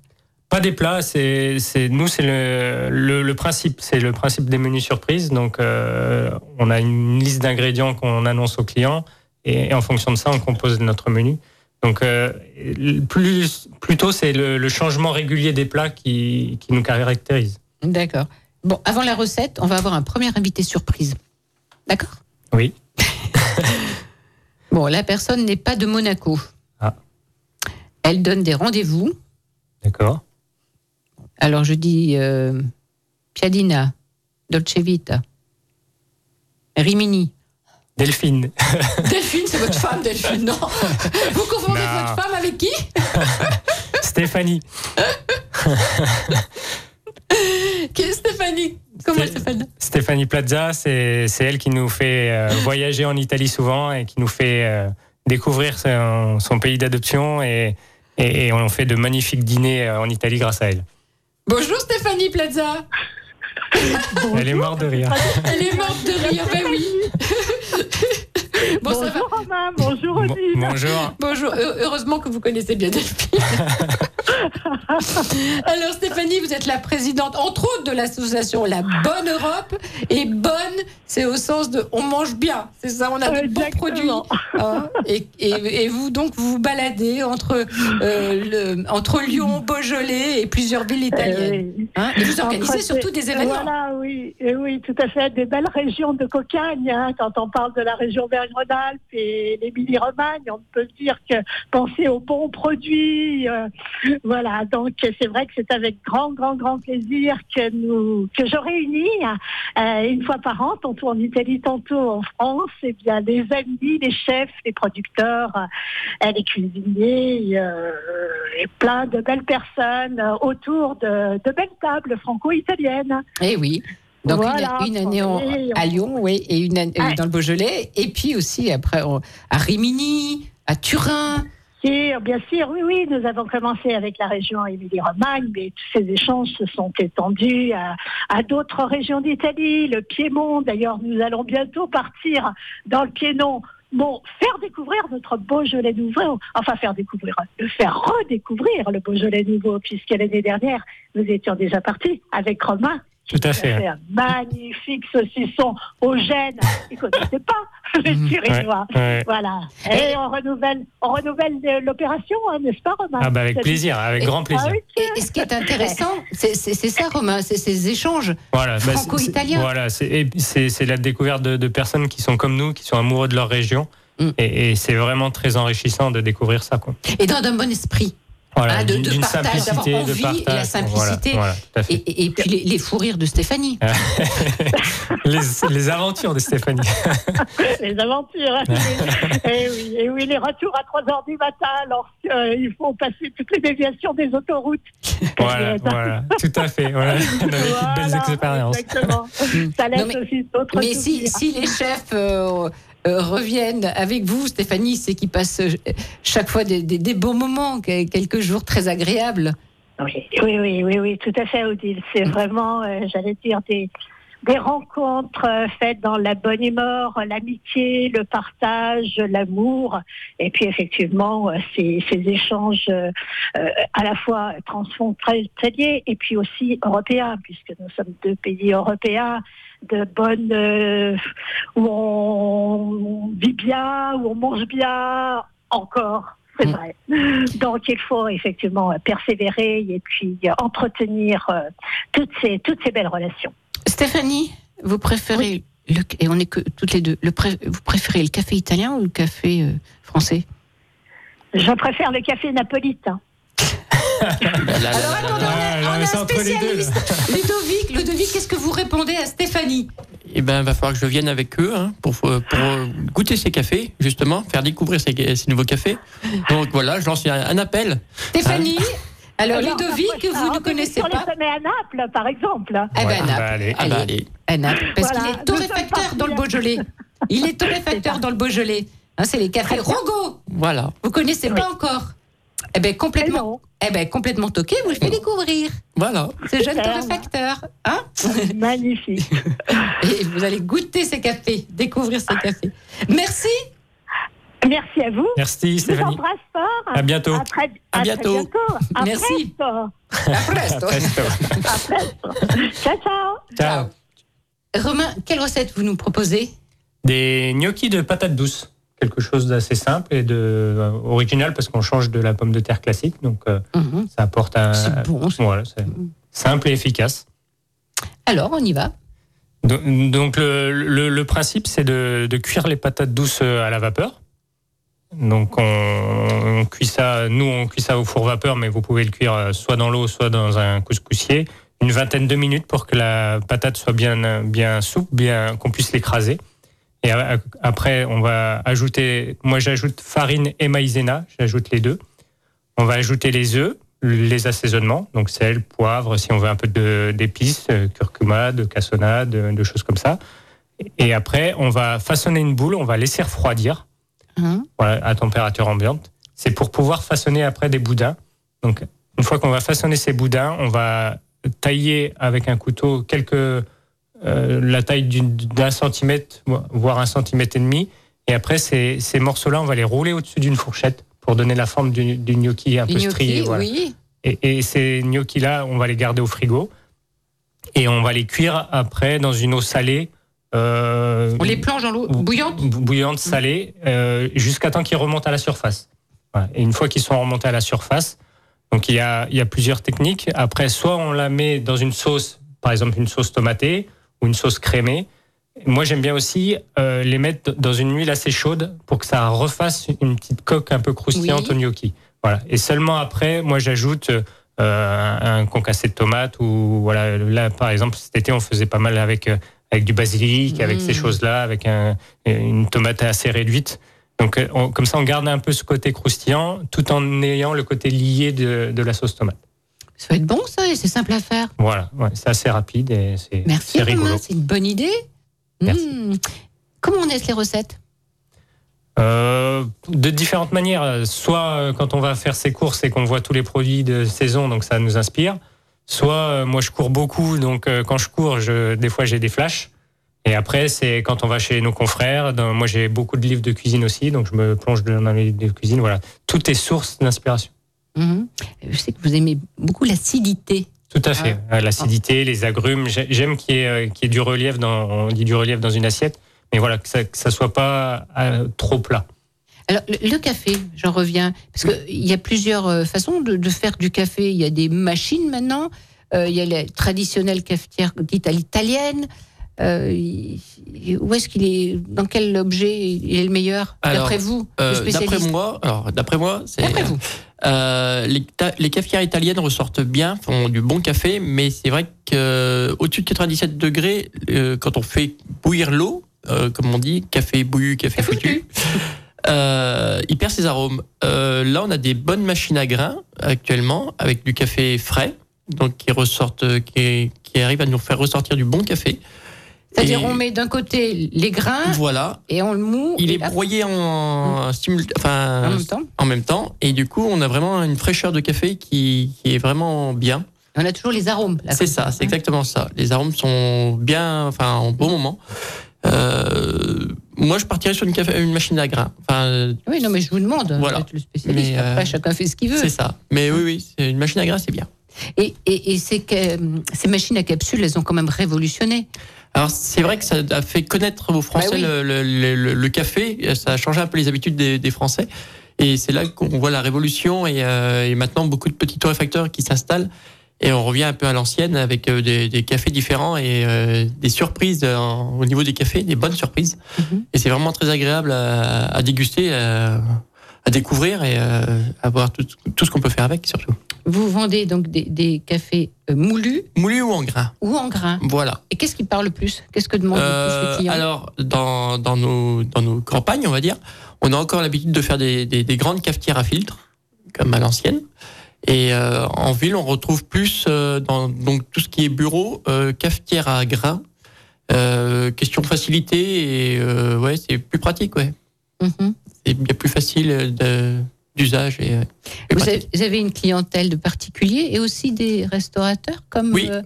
Pas des plats, c'est, c'est- nous, c'est le, le, le principe. C'est le principe des menus surprises. Donc, euh, on a une liste d'ingrédients qu'on annonce aux clients et, et en fonction de ça, on compose notre menu. Donc, euh, plus, plutôt, c'est le, le changement régulier des plats qui, qui nous caractérise.
D'accord. Bon, avant la recette, on va avoir un premier invité surprise. D'accord
Oui.
Bon, la personne n'est pas de Monaco.
Ah.
Elle donne des rendez-vous.
D'accord.
Alors je dis euh, Piadina, Dolce Vita, Rimini.
Delphine.
Delphine, c'est votre femme, Delphine, non Vous confondez
Non.
votre femme avec qui
Stéphanie.
Qui est Stéphanie Comment elle
Sté-
s'appelle
Stéphanie Plaza, c'est c'est elle qui nous fait euh, voyager en Italie souvent et qui nous fait euh, découvrir son, son pays d'adoption et, et, et on fait de magnifiques dîners euh, en Italie grâce à elle.
Bonjour Stéphanie Plaza
Elle est morte de rire.
Elle est morte de rire, ben oui Bon, ça va.
bonjour Romain, bonjour
Bon-
Odile.
bonjour.
Bonjour, heu- heureusement que vous connaissez bien Delphine. Alors Stéphanie, vous êtes la présidente, entre autres, de l'association La Bonne Europe. Et bonne, c'est au sens de on mange bien, c'est ça, on a des bons produits.
Exactement.
hein. et, et- et vous, donc, vous vous baladez entre, euh, le- entre Lyon, Beaujolais et plusieurs villes italiennes.
Euh, oui.
hein. et vous
Entre
organisez surtout
ces-
des événements.
Voilà, oui, et oui, tout à fait. Des belles régions de cocagne, hein, quand on parle de la région Verne-Alpes et l'Émilie-Romagne, on peut dire que penser aux bons produits. euh, voilà, donc c'est vrai que c'est avec grand, grand, grand plaisir que, nous, que je réunis euh, une fois par an, tantôt en Italie, tantôt en France, et bien les amis, les chefs, les producteurs, euh, les cuisiniers, euh, et plein de belles personnes euh, autour de, de belles tables franco-italiennes.
Eh oui. Donc une-
Voilà,
une, année en-
oui, on-
à Lyon, oui, et une année euh,
Ouais.
dans le Beaujolais, et puis aussi après on- à Rimini, à Turin.
Sûr, bien sûr, oui, oui, nous avons commencé avec la région Émilie-Romagne, mais tous ces échanges se sont étendus à, à d'autres régions d'Italie, le Piémont. D'ailleurs, nous allons bientôt partir dans le Piémont. Bon, faire découvrir notre Beaujolais nouveau, enfin faire découvrir, le faire redécouvrir le Beaujolais nouveau, puisque l'année dernière, nous étions déjà partis avec Romain. qui
Tout à
nous a
fait.
un magnifique saucisson au gène. Ils ne connaissaient pas les
Mhm.
Turinois.
Mmh, Ouais.
Voilà. Et on renouvelle, on renouvelle euh, l'opération, hein, n'est-ce pas, Romain
Ah bah avec plaisir, avec grand
Ah
plaisir.
oui,
Et, et ce qui est intéressant, c'est c'est- c'est ça, Romain, c'est ces échanges.
Voilà, bah, c'est-
Franco-italien.
c'est- Voilà, c'est- et puis c'est c'est la découverte de, de personnes qui sont comme nous, qui sont amoureux de leur région.
Mm.
Et, et c'est vraiment très enrichissant de découvrir ça. Quoi.
Et dans un bon esprit.
Voilà,
Ah, de- de
d'une
partage, d'avoir envie et la
voilà,
simplicité.
voilà, tout à fait.
Et, et- et puis les, les fous rires de Stéphanie.
les, les aventures de Stéphanie.
les aventures. hein. et, oui, et oui, les retours à 3 heures du matin lorsqu'il faut passer toutes les déviations des autoroutes.
voilà,
Euh,
voilà, tout à fait. Voilà. On a vécu de Bah belles
voilà,
expériences.
Exactement. Ça laisse
Non, mais-
aussi d'autres
Mais si,
souvenirs.
si les chefs euh, euh, reviennent avec vous, Stéphanie, c'est qu'ils passent euh, chaque fois des, des- des beaux moments, que- quelques jours très agréables.
Oui, oui, oui, oui, oui, tout à fait, Odile. C'est vraiment, euh, j'allais dire, des, des rencontres euh, faites dans la bonne humeur, l'amitié, le partage, l'amour. Et puis, effectivement, euh, ces, ces échanges euh, euh, à la fois transfrontaliers et puis aussi européens, puisque nous sommes deux pays européens de bonnes euh, où on vit bien, où on mange bien, encore. C'est
Mm.
vrai. Donc il faut effectivement persévérer et puis euh, entretenir euh, toutes ces, toutes ces belles relations.
Stéphanie, vous préférez, le, et on est que toutes les deux, le pré- vous préférez le café italien ou le café euh, français
Je préfère le café napolitain.
Alors attendez, on a, on
Ah,
a
non, mais c'est
un
entre les deux,
spécialiste. Ludovic, Ludovic, qu'est-ce que vous répondez à Stéphanie
Eh ben, va falloir que je vienne avec eux hein, pour, pour euh, goûter ces cafés, justement, faire découvrir ces, ces nouveaux cafés. Donc voilà, je lance un, un appel.
Stéphanie Alors
Alors,
Ludovic,
on
vous ne
peut
connaissez
sur
pas
les sommets à Naples, par exemple.
Eh
Ouais,
ben
bah,
Naples,
allez.
Ah bah,
Allez.
allez.
à Naples, Eh, parce
Voilà,
qu'il est
nous sommes
torréfacteur
partis.
dans le Beaujolais. Il est torréfacteur
C'est
dans le Beaujolais. Hein, c'est les cafés Rogo.
Voilà.
Vous connaissez pas encore Eh ben
Eh
complètement.
non,
Eh ben complètement toqué, vous le faites découvrir.
Voilà.
Ce jeune
Super.
torréfacteur, hein
magnifique.
Et vous allez goûter ces cafés, découvrir ces cafés. Merci.
Merci à vous.
Merci
Je vous
Stéphanie.
embrasse fort.
À bientôt.
À très,
À
très
bientôt.
À
Merci.
presto.
À presto.
Presto.
À presto. ciao, ciao.
Ciao.
Romain, quelle recette vous nous proposez
Des gnocchis de patates douces. Quelque chose d'assez simple et de euh, original parce qu'on change de la pomme de terre classique. Donc euh,
Mhm.
ça apporte un.
C'est bon, ça.
Voilà, c'est simple et efficace.
Alors, on y va.
Do- Donc le, le- le principe, c'est de, de cuire les patates douces euh, à la vapeur. Donc on, on cuit ça, nous on cuit ça au four vapeur, mais vous pouvez le cuire euh, soit dans l'eau, soit dans un couscoussier, une vingtaine de minutes pour que la patate soit bien euh, bien souple, bien qu'on puisse l'écraser. Et a- a- après on va ajouter, moi j'ajoute farine et maïzena, j'ajoute les deux. On va ajouter les œufs, les assaisonnements, donc sel, poivre, si on veut un peu de- d'épices, euh, curcuma, de cassonade, de, de choses comme ça. Et après, on va façonner une boule, on va laisser refroidir
Hein
voilà, à température ambiante. C'est pour pouvoir façonner après des boudins. Donc, une fois qu'on va façonner ces boudins, on va tailler avec un couteau quelques, euh, la taille d'une- d'un centimètre, voire un centimètre et demi, Et après, ces, ces morceaux-là, on va les rouler au-dessus d'une fourchette pour donner la forme du, du gnocchi un
Du
peu
gnocchi,
strié. voilà.
oui.
Et, et ces gnocchis-là, on va les garder au frigo et on va les cuire après dans une eau salée. euh,
On les plonge dans l'eau
bou-
bouillante
bou- Bouillante, salée, euh, jusqu'à temps qu'ils remontent à la surface. Voilà. Et une fois qu'ils sont remontés à la surface, donc il y a, il y a plusieurs techniques. Après, soit on la met dans une sauce, par exemple une sauce tomatée ou une sauce crémée. Moi, j'aime bien aussi euh, les mettre dans une huile assez chaude pour que ça refasse une petite coque un peu croustillante
Oui.
au gnocchi. Voilà. Et seulement après, moi, j'ajoute euh, un concassé de tomates ou voilà. Là, par exemple, cet été, on faisait pas mal avec euh, avec du basilic, avec
Mm.
ces choses-là, avec un- une tomate assez réduite. Donc, euh, on- comme ça, on garde un peu ce côté croustillant, tout en ayant le côté lié de, de la sauce tomate.
Ça va être bon, ça, et c'est simple à faire.
Voilà, ouais, c'est assez rapide et c'est
Merci,
c'est rigolo.
Romain, c'est une bonne idée.
Merci.
Hmm. Comment on laisse les recettes
Euh, de différentes manières, soit euh, quand on va faire ses courses et qu'on voit tous les produits de saison, donc ça nous inspire. Soit euh, moi je cours beaucoup, donc euh, quand je cours, je, des fois j'ai des flashs. Et après c'est quand on va chez nos confrères. dans- moi j'ai beaucoup de livres de cuisine aussi, donc je me plonge dans les livres de cuisine. Voilà, tout est source d'inspiration.
Mhm. Je sais que vous aimez beaucoup l'acidité.
Tout à fait. Euh, L'acidité, les agrumes. J'ai- J'aime qu'il y, ait, euh, qu'il y ait du relief dans, on dit du relief dans une assiette, mais voilà, que ça, que ça soit pas euh, trop plat.
Alors, le, le café, j'en reviens, parce qu'il y a plusieurs euh, façons de, de faire du café. Il y a des machines maintenant, euh, il y a la traditionnelle cafetière dite à l'italienne. Euh, il- il- où est-ce qu'il est Dans quel objet il est le meilleur
Alors,
D'après vous, le
Euh,
spécialiste
d'après moi, alors d'après moi, c'est
D'après vous.
euh, les, ta- les cafetières italiennes ressortent bien, font du bon café, mais c'est vrai que euh, au-dessus de 97 degrés, euh, quand on fait bouillir l'eau, euh, comme on dit, café bouillu, café foutu, euh, il perd ses arômes. Euh, là, on a des bonnes machines à grains actuellement avec du café frais, donc qui ressortent, euh, qui, qui arrivent à nous faire ressortir du bon café.
C'est-à-dire,
Et
on met d'un côté les grains
voilà,
et on le moue.
il
et Hum. Ah,
est
hop,
broyé en simul-
en
enfin
même temps.
en même temps et du coup on a vraiment une fraîcheur de café qui, qui est vraiment bien.
On a toujours les arômes. là,
C'est
comme
ça, c'est exactement ça. Les arômes sont bien, enfin en bon moment. Euh, moi je partirais sur une, café- une machine à grains. Enfin euh,
Oui, non, mais je vous demande.
Voilà.
Vous êtes le spécialiste.
Mais, euh,
Après, chacun fait ce qu'il veut.
c'est ça. Mais oui oui, c'est une machine à grains c'est bien.
Et, et- et ces, ca- ces machines à capsules, elles ont quand même révolutionné.
Alors c'est vrai que ça a fait connaître aux Français
Bah oui.
le, le- le- le- le café, ça a changé un peu les habitudes des, des Français. Et c'est là qu'on voit la révolution et, euh, et maintenant beaucoup de petits torréfacteurs qui s'installent. Et on revient un peu à l'ancienne avec euh, des, des cafés différents et euh, des surprises euh, en- au niveau des cafés, des bonnes surprises.
Mhm.
Et c'est vraiment très agréable à, à déguster, à, à découvrir et euh, à voir tout, tout ce qu'on peut faire avec surtout.
Vous vendez donc des, des cafés euh, moulus
Moulu ou en grain,
ou en grains.
voilà.
Et qu'est-ce qui parle le plus Qu'est-ce que demandent le plus
Euh,
les clients
alors, dans, dans, nos, dans nos campagnes, on va dire, on a encore l'habitude de faire des, des- des grandes cafetières à filtre, comme à l'ancienne. Et euh, en ville, on retrouve plus euh, dans donc, tout ce qui est bureau, euh, cafetière à grains. Euh, question facilité et euh, ouais, c'est plus pratique, ouais.
Mhm.
C'est bien plus facile euh, de- d'usage et, euh, et
vous,
pratique.
avez, vous avez une clientèle de particuliers et aussi des restaurateurs comme.
Oui.
euh,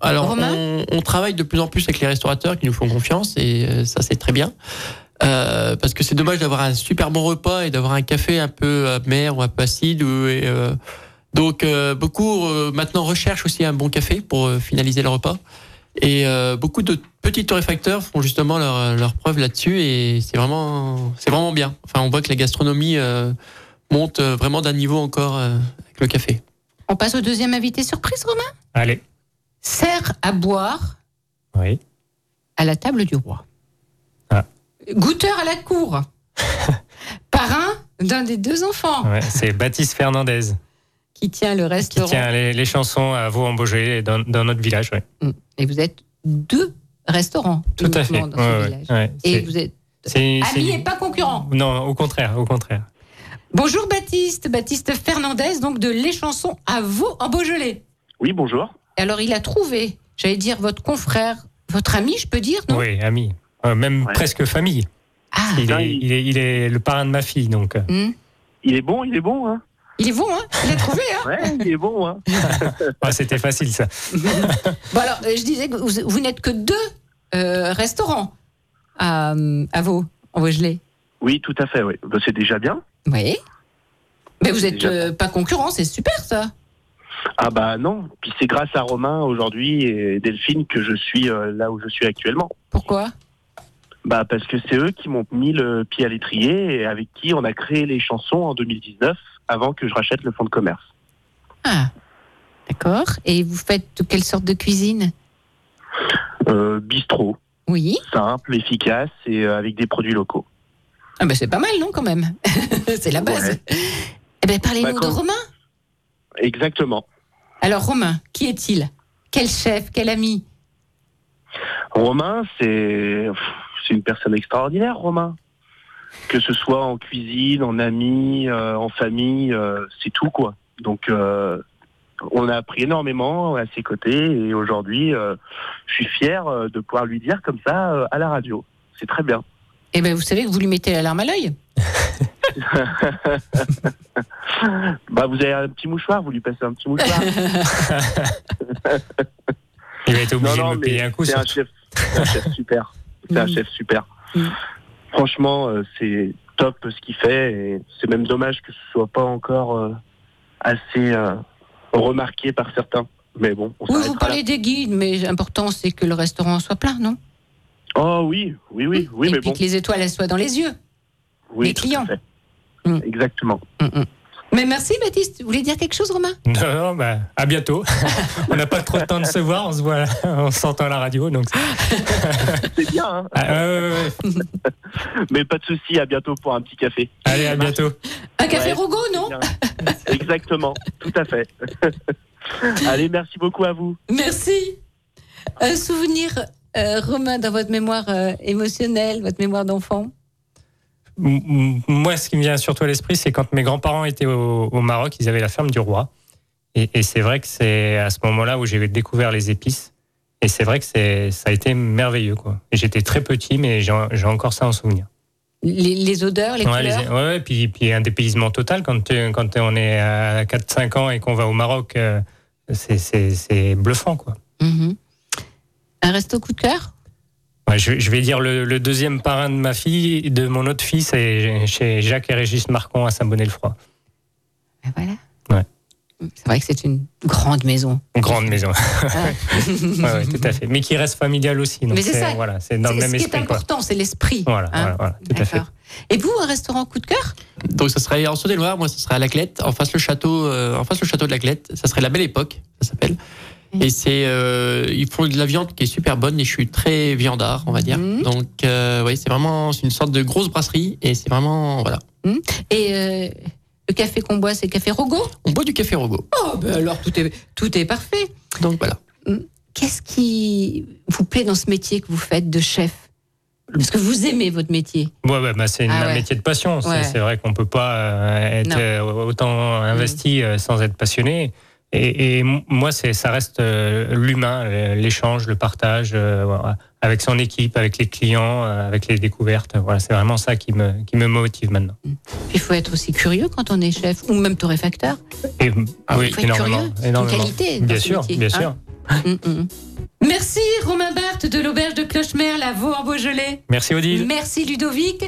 Alors,
Romain
on, on travaille de plus en plus avec les restaurateurs qui nous font confiance et euh, ça, c'est très bien. Euh, parce que c'est dommage d'avoir un super bon repas et d'avoir un café un peu amer ou un peu acide. ou- et, euh, donc, euh, beaucoup euh, maintenant recherchent aussi un bon café pour euh, finaliser le repas. Et euh, beaucoup de petits torréfacteurs font justement leur, euh, leur preuve là-dessus et c'est vraiment, c'est vraiment bien. Enfin, on voit que la gastronomie euh, monte euh, vraiment d'un niveau encore euh, avec le café.
on passe au deuxième invité surprise, Romain.
Allez.
Sert à boire
Oui.
à la table du roi.
Ah.
Goûteur à la cour. Parrain d'un des deux enfants
Ouais, c'est Baptiste Fernandez
qui tient le
qui
restaurant.
tient les, les chansons à Vaux-en-Beaujolais dans, dans notre village. ouais.
Mm. Et vous êtes deux restaurants
Tout à fait.
uniquement dans
Ouais,
ce
ouais,
village.
ouais.
Et
C'est-
vous êtes
c'est-
amis
c'est-
et pas concurrents.
Non, au contraire, au contraire.
Bonjour Baptiste, Baptiste Fernandez, donc de Les Chansons à vous en Beaujolais.
Oui, bonjour.
Alors il a trouvé, j'allais dire votre confrère, votre ami, je peux dire, non
Oui, ami. Euh, même
Ouais.
presque famille.
Ah,
Il
Non,
est,
il-
il est- il est le parrain de ma fille, donc. euh,
hmm.
Il est bon, il est bon, hein
il est bon, hein Il a trouvé, hein
Ouais, il est bon, hein
ah, C'était facile, ça.
Bon alors, euh, je disais que vous, vous n'êtes que deux euh, restaurants à, euh, à Vaud, en Beaujolais.
Oui, tout à fait, oui. Bah, c'est déjà bien.
Oui. Mais vous n'êtes
Déjà.
pas concurrent, c'est super ça.
Ah bah non, puis c'est grâce à Romain aujourd'hui et Delphine que je suis euh, là où je suis actuellement.
Pourquoi
Bah parce que c'est eux qui m'ont mis le pied à l'étrier et avec qui on a créé les chansons en 2019 avant que je rachète le fonds de commerce.
Ah, d'accord. Et vous faites quelle sorte de cuisine
Euh, bistrot,
Oui.
simple, efficace et euh, avec des produits locaux.
Ah ben c'est pas mal, non, quand même C'est la base.
Ouais.
Eh ben parlez-nous
Bah,
de
quand-
Romain.
Exactement.
Alors Romain, qui est-il Quel chef Quel ami
Romain, c'est pff, c'est une personne extraordinaire, Romain. Que ce soit en cuisine, en amis, euh, en famille, euh, c'est tout quoi. Donc euh, on a appris énormément à ses côtés et aujourd'hui, euh, je suis fier euh, de pouvoir lui dire comme ça euh, à la radio. C'est très bien.
Eh ben vous savez que vous lui mettez la larme à l'œil.
bah vous avez un petit mouchoir, vous lui passez un petit mouchoir.
Il va être obligé
Non, non,
de me
mais
payer un coup.
C'est un
surtout.
chef, c'est un chef super. C'est un
Mm.
chef super.
Mm.
Franchement, euh, c'est top ce qu'il fait. et C'est même dommage que ce soit pas encore euh, assez euh, remarqué par certains. Mais bon, on
Oui, vous
s'arrêtera là.
parlez des guides, mais l'important c'est que le restaurant soit plein, non
Oh oui, oui, oui, oui,
Et
mais
puis
bon.
que les étoiles elles soient dans les yeux.
Oui,
les
tout à
clients.
fait.
Mm.
Exactement.
Mais merci Baptiste, vous voulez dire quelque chose Romain
Non, non, bah, à bientôt. on n'a pas trop de temps de se voir, on se voit, on s'entend à la radio. Donc...
C'est bien, hein.
Ah, ouais, ouais, ouais.
mais pas de souci. À bientôt pour un petit café.
Allez, à bientôt.
Un café
Ouais.
Rougo, non
Bien. Exactement, tout à fait. Allez, merci beaucoup à vous.
Merci. Un souvenir euh, Romain dans votre mémoire euh, émotionnelle, votre mémoire d'enfant
M- m- Moi, ce qui me vient surtout à l'esprit, c'est quand mes grands-parents étaient au, au Maroc, ils avaient la ferme du roi. Et, et c'est vrai que c'est à ce moment-là où j'ai découvert les épices. Et c'est vrai que c'est, ça a été merveilleux. Quoi. Et j'étais très petit, mais j'ai, j'ai encore ça en souvenir.
les, les odeurs, les
ouais,
couleurs
les- ouais, ouais, puis, puis un dépaysement total quand, tu- quand on est à 4-5 ans et qu'on va au Maroc, euh, c'est, c'est, c'est bluffant. Quoi.
Mhm. Un resto coup de cœur
Ouais, je, je vais dire le, le deuxième parrain de ma fille, de mon autre fils, c'est chez Jacques et Régis Marcon à Saint-Bonnet-le-Froid.
Ben voilà. Hum,
Ouais.
C'est vrai que c'est une grande maison.
Une grande maison.
Ah.
Ouais, ouais, tout à fait. Mais qui reste familial aussi. Donc
Mais c'est ça.
Voilà, c'est dans
C'est-
le même
ce qui est
esprit. Quoi.
important, c'est l'esprit.
Voilà,
hein.
voilà, voilà, tout à fait.
D'accord. Et vous, un restaurant coup de cœur
Donc ça serait en Saône-et-Loire, moi ça serait à la Clette, en face le château, euh, en face le château de la Clette, ça serait la Belle Époque, ça s'appelle.
Mm.
Et c'est euh, ils font de la viande qui est super bonne et je suis très viandard, on va dire.
Mm.
Donc euh, oui, c'est vraiment c'est une sorte de grosse brasserie et c'est vraiment voilà.
Et euh, le café qu'on boit, c'est café Rogo
On boit du café rogo.
Oh, ben alors tout est, tout est parfait.
Donc voilà.
Qu'est-ce qui vous plaît dans ce métier que vous faites de chef Parce que vous aimez votre métier.
Ouais, ouais, bah, c'est
Ah
un
ouais.
métier de passion.
Ouais.
C'est, c'est vrai qu'on peut pas euh, être
Non. Mm.
euh, autant investi euh, sans être passionné. Et, et m- moi, c'est, ça reste euh, l'humain, euh, l'échange, le partage euh, voilà, avec son équipe, avec les clients, euh, avec les découvertes. Voilà, c'est vraiment ça qui me, qui me motive maintenant.
Il faut être aussi curieux quand on est chef, ou même torréfacteur.
Et,
Ah,
oui,
faut être
énormément.
curieux, c'est une
énormément.
qualité dans
bien
ce
sûr,
métier,
bien
hein.
sûr.
Mm, mm. Merci Romain Barthes de l'auberge de Clochemerle à Vaux-en-Beaujolais.
Merci Odile.
Merci Ludovic,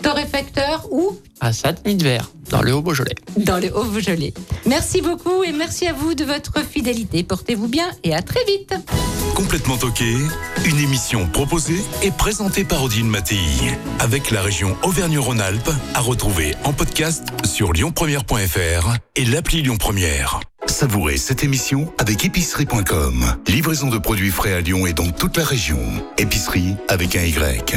torréfacteur ou
À Sainte-Nidevert, dans le Haut-Beaujolais.
dans le Haut-Beaujolais. Merci beaucoup et merci à vous de votre fidélité. Portez-vous bien et à très vite.
Complètement toqué, une émission proposée et présentée par Odile Mattei avec la région Auvergne-Rhône-Alpes à retrouver en podcast sur lyonpremière.fr et l'appli Lyon Première.
Savourez cette émission avec épicerie.com. Livraison de produits frais à Lyon et dans toute la région. Épicerie avec un Y.